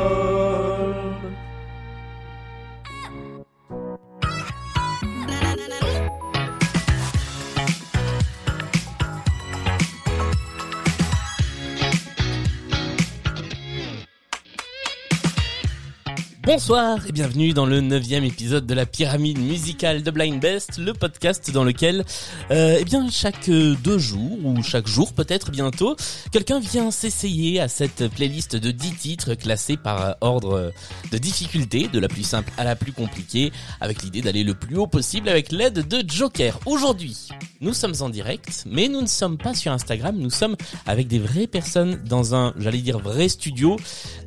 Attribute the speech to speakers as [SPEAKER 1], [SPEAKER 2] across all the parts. [SPEAKER 1] Stockholm. Bonsoir et bienvenue dans le neuvième épisode de la pyramide musicale de Blind Best, le podcast dans lequel, euh, eh bien, chaque euh, deux jours ou chaque jour peut-être bientôt, quelqu'un vient s'essayer à cette playlist de dix titres classés par euh, ordre de difficulté, de la plus simple à la plus compliquée, avec l'idée d'aller le plus haut possible avec l'aide de Joker. Aujourd'hui, nous sommes en direct, mais nous ne sommes pas sur Instagram, nous sommes avec des vraies personnes dans un, j'allais dire, vrai studio.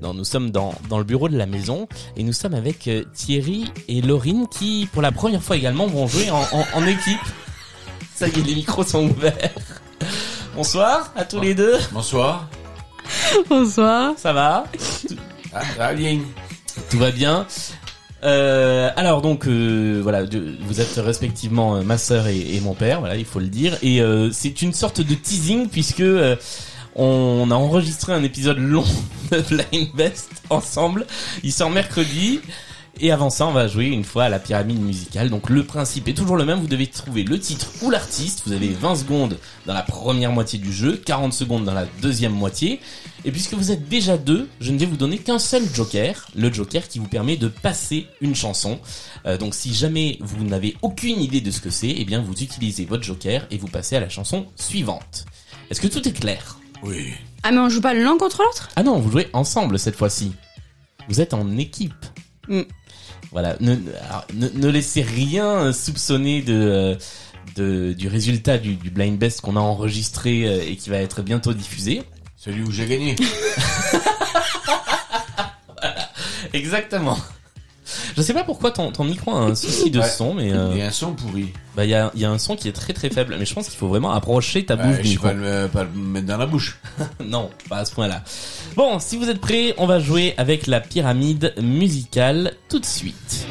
[SPEAKER 1] Non, nous sommes dans, dans le bureau de la maison et nous sommes avec euh, Thierry et Laurine qui, pour la première fois également, vont jouer en, en- en équipe. Ça y est, les micros sont ouverts. Bonsoir à tous les deux.
[SPEAKER 2] Bonsoir.
[SPEAKER 3] Bonsoir.
[SPEAKER 1] Ça va
[SPEAKER 2] Ah, ah, bien.
[SPEAKER 1] Tout va bien. Euh, alors donc euh, voilà, de- vous êtes respectivement euh, ma sœur et, et mon père, voilà, il faut le dire. Et euh, c'est une sorte de teasing puisque euh, on a enregistré un épisode long de Blind Best ensemble. Il sort mercredi. Et avant ça, on va jouer une fois à la pyramide musicale. Donc le principe est toujours le même, vous devez trouver le titre ou l'artiste. Vous avez 20 secondes dans la première moitié du jeu, 40 secondes dans la deuxième moitié. Et puisque vous êtes déjà deux, je ne vais vous donner qu'un seul joker, le joker qui vous permet de passer une chanson. Euh, donc si jamais vous n'avez aucune idée de ce que c'est, eh bien vous utilisez votre joker et vous passez à la chanson suivante. Est-ce que tout est clair
[SPEAKER 2] Oui.
[SPEAKER 3] Ah mais on joue pas l'un contre l'autre
[SPEAKER 1] Ah non, vous jouez ensemble cette fois-ci. Vous êtes en équipe.
[SPEAKER 3] Mm.
[SPEAKER 1] Voilà, ne, ne- alors, ne- ne laissez rien soupçonner de, euh, de- du résultat du, du blind best qu'on a enregistré euh, et qui va être bientôt diffusé.
[SPEAKER 2] Celui où j'ai gagné.
[SPEAKER 1] Exactement. Je sais pas pourquoi ton, ton micro a un souci de
[SPEAKER 2] Ouais.
[SPEAKER 1] son, mais
[SPEAKER 2] Il y
[SPEAKER 1] euh,
[SPEAKER 2] a un son pourri.
[SPEAKER 1] bah, il y, a, il y a un son qui est très très faible. Mais je pense qu'il faut vraiment approcher ta bouche
[SPEAKER 2] Ah,
[SPEAKER 1] du
[SPEAKER 2] je vais
[SPEAKER 1] micro.
[SPEAKER 2] pas le, pas le mettre dans la bouche.
[SPEAKER 1] Non, pas à ce point-là. Bon, si vous êtes prêts, on va jouer avec la pyramide musicale tout de suite.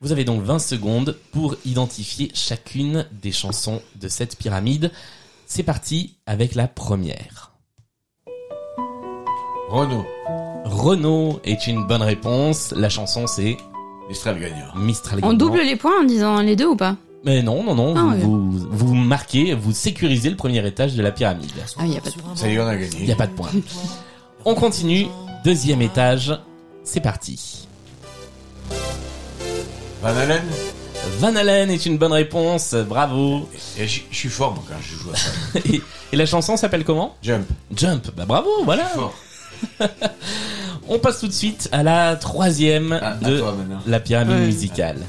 [SPEAKER 1] Vous avez donc 20 secondes pour identifier chacune des chansons de cette pyramide. C'est parti avec la première.
[SPEAKER 2] Renaud,
[SPEAKER 1] Renault est une bonne réponse. La chanson c'est
[SPEAKER 2] Mistral gagnant.
[SPEAKER 1] Mistral.
[SPEAKER 3] On
[SPEAKER 1] Gagnant.
[SPEAKER 3] double les points en disant les deux ou pas
[SPEAKER 1] Mais non, non, non,
[SPEAKER 3] Ah,
[SPEAKER 1] vous,
[SPEAKER 3] ouais.
[SPEAKER 1] vous, vous marquez, vous sécurisez le premier étage de la pyramide.
[SPEAKER 3] Ah oui, y a pas de
[SPEAKER 2] Ça y est, on a
[SPEAKER 1] Il n'y
[SPEAKER 2] gagné.
[SPEAKER 1] a pas de point. On continue, deuxième étage, c'est parti.
[SPEAKER 2] Van Halen,
[SPEAKER 1] Van Halen est une bonne réponse, bravo.
[SPEAKER 2] et je je suis fort moi, quand je joue à ça.
[SPEAKER 1] Et, et la chanson s'appelle comment
[SPEAKER 2] Jump.
[SPEAKER 1] Jump, bah bravo, voilà.
[SPEAKER 2] Fort.
[SPEAKER 1] On passe tout de suite à la troisième
[SPEAKER 2] Ah, à
[SPEAKER 1] de
[SPEAKER 2] toi maintenant.
[SPEAKER 1] la pyramide
[SPEAKER 3] Ouais.
[SPEAKER 1] musicale.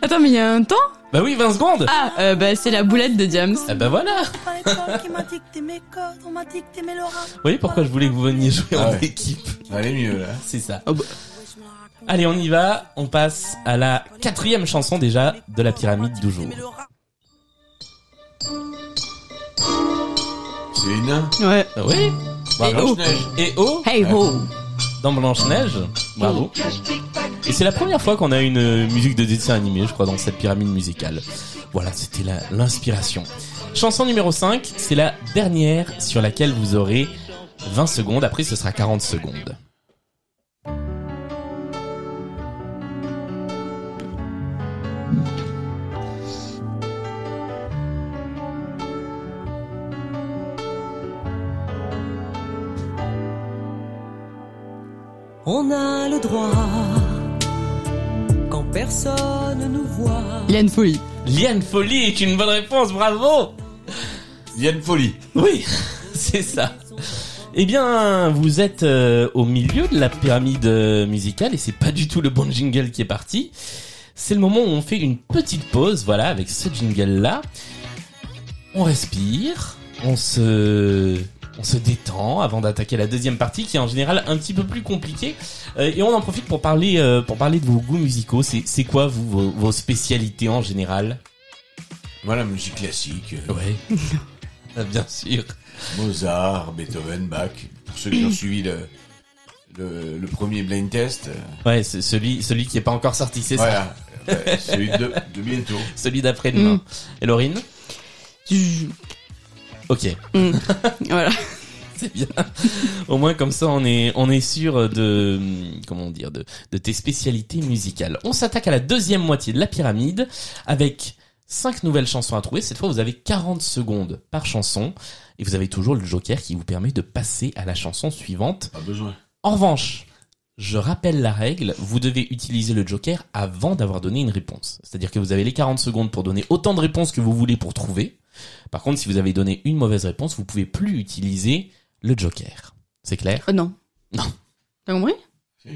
[SPEAKER 3] Attends mais il y a un temps
[SPEAKER 1] Bah oui, 20 secondes
[SPEAKER 3] Ah euh, bah c'est la boulette de James.
[SPEAKER 1] Ah bah voilà
[SPEAKER 4] qui m'a dicté mes codes, on m'a dicté mes loras.
[SPEAKER 1] Vous voyez pourquoi je voulais que vous veniez jouer
[SPEAKER 2] Ah
[SPEAKER 1] en
[SPEAKER 2] ouais.
[SPEAKER 1] équipe
[SPEAKER 2] Ça allait mieux là.
[SPEAKER 1] C'est ça.
[SPEAKER 3] Ah bah.
[SPEAKER 4] Ouais, je me la raconte.
[SPEAKER 1] Allez, on y va, on passe à la quatrième chanson déjà de la pyramide du jour.
[SPEAKER 4] Mes loras.
[SPEAKER 2] C'est les nains.
[SPEAKER 3] Ouais.
[SPEAKER 1] Ah Oui Bravo.
[SPEAKER 2] Blanche-Neige.
[SPEAKER 1] Et oh
[SPEAKER 3] Hey ho
[SPEAKER 1] dans Blanche-Neige. Bravo. Et c'est la première fois qu'on a une euh, musique de dessin animé, je crois, dans cette pyramide musicale. Voilà, c'était la- l'inspiration. Chanson numéro 5, c'est la dernière sur laquelle vous aurez 20 secondes. Après, ce sera 40 secondes.
[SPEAKER 5] On a le droit, quand personne nous voit,
[SPEAKER 3] Il y a une folie.
[SPEAKER 1] Liane Folly est une bonne réponse, bravo
[SPEAKER 2] Il y a une folie.
[SPEAKER 1] Oui, c'est ça. Eh bien, vous êtes euh, au milieu de la pyramide euh, musicale et c'est pas du tout le bon jingle qui est parti. C'est le moment où on fait une petite pause, voilà, avec ce jingle-là. On respire, on se, on se détend avant d'attaquer la deuxième partie qui est en général un petit peu plus compliquée. Euh, et on en profite pour parler, euh, pour parler de vos goûts musicaux. C'est c'est quoi, vous, vos, vos spécialités en général
[SPEAKER 2] Moi, la musique classique, euh,
[SPEAKER 1] Ouais. Bien sûr.
[SPEAKER 2] Mozart, Beethoven, Bach, pour ceux qui ont suivi le, le, le premier blind test. euh,
[SPEAKER 1] Ouais, c'est celui, celui qui est pas encore sorti, c'est ça.
[SPEAKER 2] voilà. Euh, Celui de, de bientôt.
[SPEAKER 1] Celui d'après-demain.
[SPEAKER 3] Mm.
[SPEAKER 1] Et Laurine
[SPEAKER 3] Zzz.
[SPEAKER 1] Ok,
[SPEAKER 3] Mm. voilà.
[SPEAKER 1] c'est bien. Au moins comme ça, on est, on est sûr de, comment dire, de, de tes spécialités musicales. On s'attaque à la deuxième moitié de la pyramide avec cinq nouvelles chansons à trouver. Cette fois, vous avez 40 secondes par chanson et vous avez toujours le joker qui vous permet de passer à la chanson suivante.
[SPEAKER 2] Pas besoin.
[SPEAKER 1] En revanche, je rappelle la règle, vous devez utiliser le joker avant d'avoir donné une réponse. C'est-à-dire que vous avez les 40 secondes pour donner autant de réponses que vous voulez pour trouver. Par contre, si vous avez donné une mauvaise réponse, vous pouvez plus utiliser le joker. C'est clair
[SPEAKER 3] Oh non.
[SPEAKER 1] Non.
[SPEAKER 3] T'as compris
[SPEAKER 1] Vous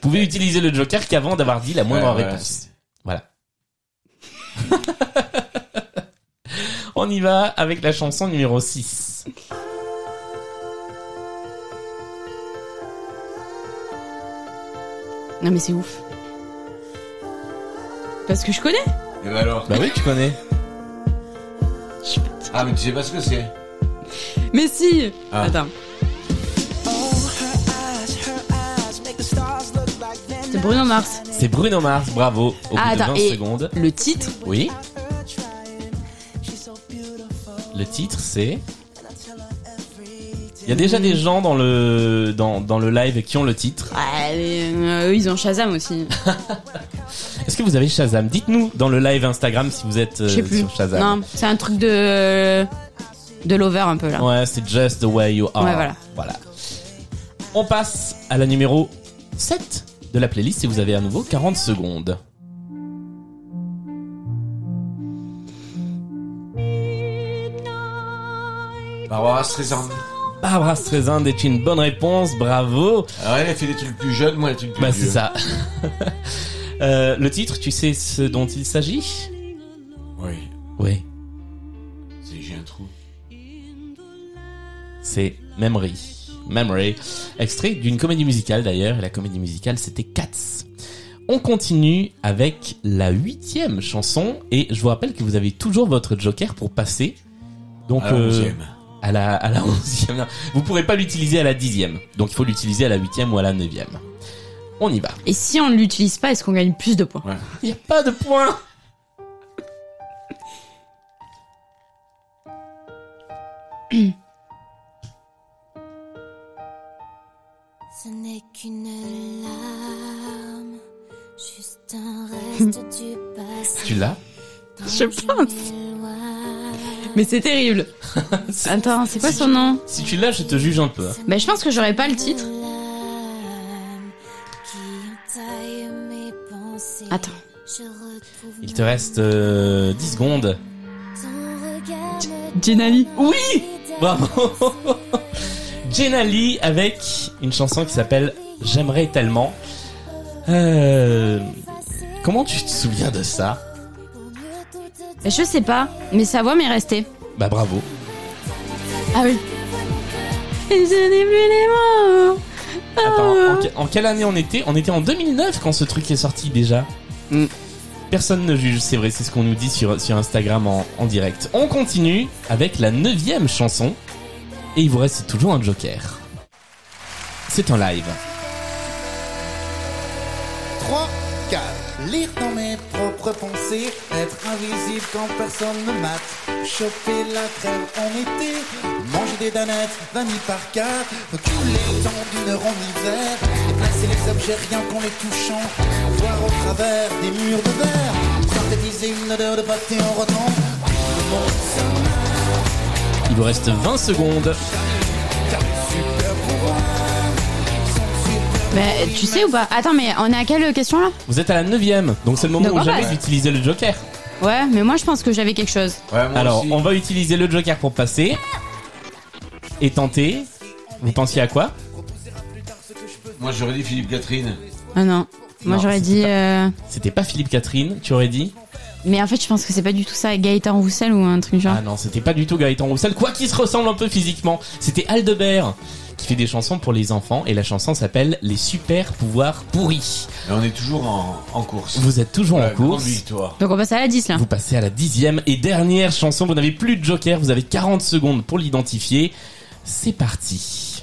[SPEAKER 1] pouvez utiliser le joker qu'avant d'avoir dit la moindre
[SPEAKER 2] Ouais, voilà,
[SPEAKER 1] réponse.
[SPEAKER 2] c'est-
[SPEAKER 1] Voilà. On y va avec la chanson numéro 6.
[SPEAKER 3] Non mais c'est ouf. Parce que je connais.
[SPEAKER 2] Et bah alors
[SPEAKER 1] Bah oui, tu connais.
[SPEAKER 2] Ah, mais tu sais pas ce que c'est
[SPEAKER 3] Mais si
[SPEAKER 2] Ah.
[SPEAKER 3] Attends. C'est Bruno Mars.
[SPEAKER 1] C'est Bruno Mars, bravo. Au bout
[SPEAKER 3] Ah,
[SPEAKER 1] de
[SPEAKER 3] attends,
[SPEAKER 1] 20
[SPEAKER 3] et-
[SPEAKER 1] secondes.
[SPEAKER 3] Le titre
[SPEAKER 1] Oui. Le titre c'est. Il y a déjà des gens dans le dans, dans le live qui ont le titre.
[SPEAKER 3] Ouais, mais, euh, eux, ils ont Shazam aussi.
[SPEAKER 1] Est-ce que vous avez Shazam Dites-nous dans le live Instagram si vous êtes euh,
[SPEAKER 3] Je sais plus.
[SPEAKER 1] sur Shazam.
[SPEAKER 3] Non, c'est un truc de. de l'over un peu là.
[SPEAKER 1] Ouais, c'est Just the way you are.
[SPEAKER 3] Ouais, voilà.
[SPEAKER 1] On passe à la numéro 7 de la playlist et vous avez à nouveau 40 secondes.
[SPEAKER 2] Barbara Streisand.
[SPEAKER 1] Ah, Barbara Streisand est une bonne réponse, bravo.
[SPEAKER 2] Alors elle a fait des trucs plus jeunes, moi des trucs plus
[SPEAKER 1] Bah
[SPEAKER 2] vieux.
[SPEAKER 1] c'est ça. Euh, le titre, tu sais ce dont il s'agit
[SPEAKER 2] Oui,
[SPEAKER 1] Oui,
[SPEAKER 2] c'est j'ai un trou.
[SPEAKER 1] c'est Memory. Memory. Extrait d'une comédie musicale d'ailleurs, et la comédie musicale c'était Cats. On continue avec la huitième chanson, et je vous rappelle que vous avez toujours votre joker pour passer. Donc,
[SPEAKER 2] À la
[SPEAKER 1] euh,
[SPEAKER 2] onzième.
[SPEAKER 1] à la, à la onzième. Non, Vous pourrez pas l'utiliser à la dixième. Donc il faut l'utiliser à la huitième ou à la neuvième. On y va.
[SPEAKER 3] Et si on ne l'utilise pas, est-ce qu'on gagne plus de points
[SPEAKER 1] Il a pas de point
[SPEAKER 6] Ce n'est qu'une larme, juste un reste du passé.
[SPEAKER 1] Tu l'as
[SPEAKER 3] Je pense. Mais c'est terrible. Attends, c'est quoi son nom
[SPEAKER 1] Si tu l'as, je te juge un peu. hein.
[SPEAKER 3] Bah, je pense que j'aurais pas le titre. Attends.
[SPEAKER 1] Il te reste euh, 10 secondes.
[SPEAKER 3] Jenali. Oui
[SPEAKER 1] Bravo Jenna Lee avec une chanson qui s'appelle J'aimerais tellement. Euh, comment tu te souviens de ça
[SPEAKER 3] Bah, Je sais pas, mais sa voix m'est restée.
[SPEAKER 1] Bah bravo.
[SPEAKER 3] Ah oui. Et je n'ai plus les mots.
[SPEAKER 1] Attends, en, que- en quelle année on était On était en 2009 quand ce truc est sorti déjà.
[SPEAKER 3] Mm.
[SPEAKER 1] Personne ne juge, c'est vrai, c'est ce qu'on nous dit sur, sur Instagram en, en direct. On continue avec la neuvième chanson. Et il vous reste toujours un joker. C'est en live.
[SPEAKER 7] 3, 4. Lire dans mes propres pensées, être invisible quand personne ne mate, choper la crève en été, manger des danettes, vanille par quart, couler temps d'une heure en hiver, déplacer les objets rien qu'en les touchant, voir au travers des murs de verre, synthétiser une odeur de pâté en rotant,
[SPEAKER 1] Il vous reste 20 secondes.
[SPEAKER 3] Bah, tu sais ou pas Attends, mais on est à quelle question là
[SPEAKER 1] Vous êtes à la neuvième, donc c'est le moment
[SPEAKER 3] D'accord,
[SPEAKER 1] où j'avais
[SPEAKER 3] bah.
[SPEAKER 1] d'utiliser le joker.
[SPEAKER 3] Ouais, mais moi je pense que j'avais quelque chose.
[SPEAKER 2] Ouais, moi
[SPEAKER 1] Alors,
[SPEAKER 2] aussi.
[SPEAKER 1] on va utiliser le joker pour passer. Et tenter. Vous pensiez à quoi
[SPEAKER 2] Moi j'aurais dit Philippe Catherine.
[SPEAKER 3] Ah non. Moi
[SPEAKER 1] Non,
[SPEAKER 3] j'aurais
[SPEAKER 1] c'était
[SPEAKER 3] dit.
[SPEAKER 1] pas-
[SPEAKER 3] euh,
[SPEAKER 1] C'était pas Philippe Catherine, tu aurais dit
[SPEAKER 3] Mais en fait, je pense que c'est pas du tout ça. Gaëtan Roussel ou un truc genre.
[SPEAKER 1] Ah non, c'était pas du tout Gaëtan Roussel, quoi qu'il se ressemble un peu physiquement. C'était Aldebert qui fait des chansons pour les enfants et la chanson s'appelle Les super pouvoirs pourris.
[SPEAKER 2] Et on est toujours en, en course.
[SPEAKER 1] Vous êtes toujours
[SPEAKER 2] Voilà,
[SPEAKER 1] en
[SPEAKER 2] grande
[SPEAKER 1] course.
[SPEAKER 2] victoire.
[SPEAKER 3] Donc on passe à la 10 là.
[SPEAKER 1] Vous passez à la dixième et dernière chanson. Vous n'avez plus de joker, vous avez 40 secondes pour l'identifier. C'est parti.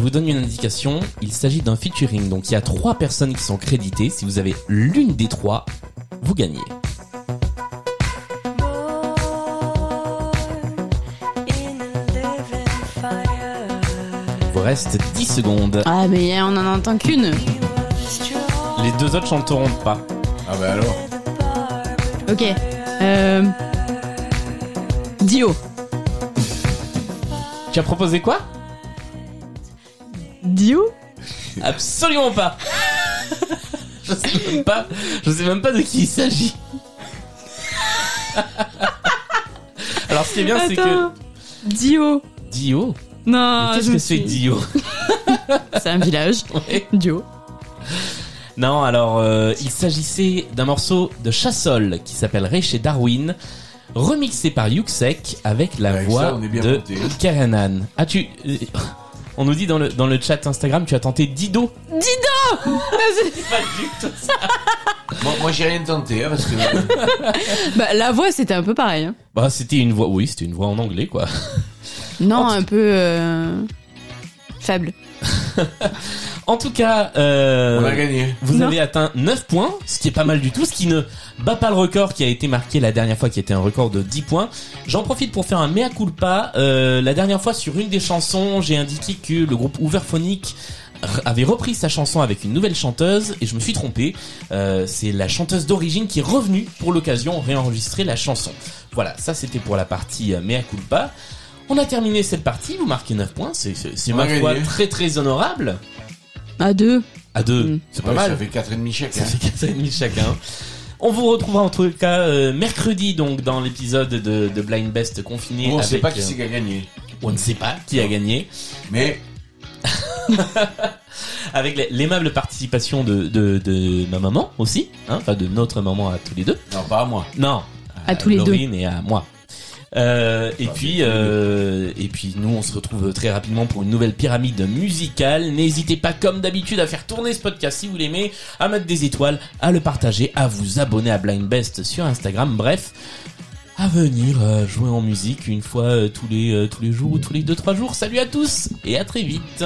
[SPEAKER 1] vous donne une indication. Il s'agit d'un featuring. Donc il y a trois personnes qui sont créditées. Si vous avez l'une des trois, vous gagnez. Il vous reste 10 secondes.
[SPEAKER 3] Ah, mais on en entend qu'une.
[SPEAKER 1] Les deux autres chanteront pas.
[SPEAKER 2] Ah bah alors
[SPEAKER 3] Ok. Euh... Dio.
[SPEAKER 1] Tu as proposé quoi
[SPEAKER 3] Dio
[SPEAKER 1] Absolument pas. je sais même pas. Je sais même pas de qui il s'agit. Alors ce qui est bien, c'est que
[SPEAKER 3] Attends. Dio.
[SPEAKER 1] Dio.
[SPEAKER 3] Non,
[SPEAKER 1] Qu'est-ce
[SPEAKER 3] Ah, je me
[SPEAKER 1] que c'est
[SPEAKER 3] suis-
[SPEAKER 1] Dio
[SPEAKER 3] C'est un village.
[SPEAKER 1] Ouais.
[SPEAKER 3] Dio.
[SPEAKER 1] Non, alors euh, il s'agissait d'un morceau de Chassol qui s'appellerait chez Darwin, remixé par Yuxek avec la
[SPEAKER 2] Avec
[SPEAKER 1] voix
[SPEAKER 2] ça, on est bien
[SPEAKER 1] de
[SPEAKER 2] monté.
[SPEAKER 1] Karenan. Ah tu, euh, on nous dit dans le dans le chat Instagram, tu as tenté Dido. Pas du tout.
[SPEAKER 2] Moi, moi, j'ai rien tenté, hein, parce que...
[SPEAKER 3] Bah, la voix, c'était un peu pareil. hein.
[SPEAKER 1] Bah c'était une voix, oui, c'était une voix en anglais quoi.
[SPEAKER 3] Non, un peu euh, faible.
[SPEAKER 1] En tout cas, euh,
[SPEAKER 2] On a gagné.
[SPEAKER 1] Vous
[SPEAKER 3] Non.
[SPEAKER 1] avez atteint 9 points, ce qui est pas mal du tout, ce qui ne bat pas le record qui a été marqué la dernière fois, qui était un record de 10 points. J'en profite pour faire un mea culpa. Euh, la dernière fois, sur une des chansons, j'ai indiqué que le groupe Overphonic r- avait repris sa chanson avec une nouvelle chanteuse et je me suis trompé. Euh, C'est la chanteuse d'origine qui est revenue pour l'occasion réenregistrer la chanson. Voilà, ça c'était pour la partie euh, mea culpa. On a terminé cette partie, vous marquez 9 points, c'est c'est- c'est
[SPEAKER 2] On a
[SPEAKER 1] ma foi
[SPEAKER 2] gagné.
[SPEAKER 1] très très honorable.
[SPEAKER 3] À deux.
[SPEAKER 1] À Ah, deux,
[SPEAKER 3] Mm.
[SPEAKER 1] c'est pas
[SPEAKER 2] Ouais,
[SPEAKER 1] mal.
[SPEAKER 2] Ça fait 4,5 chèques. hein.
[SPEAKER 1] Ça fait 4 et demi chacun. On vous retrouvera en tout cas euh, mercredi donc dans l'épisode de, de Blind Best confiné.
[SPEAKER 2] Bon, on sait
[SPEAKER 1] avec,
[SPEAKER 2] pas qui
[SPEAKER 1] euh,
[SPEAKER 2] c'est qui a gagné.
[SPEAKER 1] on ne sait pas qui a gagné.
[SPEAKER 2] Mais
[SPEAKER 1] Avec l- l'aimable participation de, de, de ma maman aussi, hein, enfin de notre maman à tous les deux.
[SPEAKER 2] Non, pas à moi.
[SPEAKER 1] Non,
[SPEAKER 3] À tous les deux.
[SPEAKER 1] Laurine et à moi. Euh, et
[SPEAKER 2] Enfin,
[SPEAKER 1] puis
[SPEAKER 2] tous les
[SPEAKER 1] euh, et puis nous on se retrouve très rapidement pour une nouvelle pyramide musicale. N'hésitez pas comme d'habitude à faire tourner ce podcast si vous l'aimez, à mettre des étoiles, à le partager, à vous abonner à Blind Best sur Instagram. Bref, à venir euh, jouer en musique une fois euh, tous les euh, tous les jours ou tous les deux trois jours. Salut à tous et à très vite.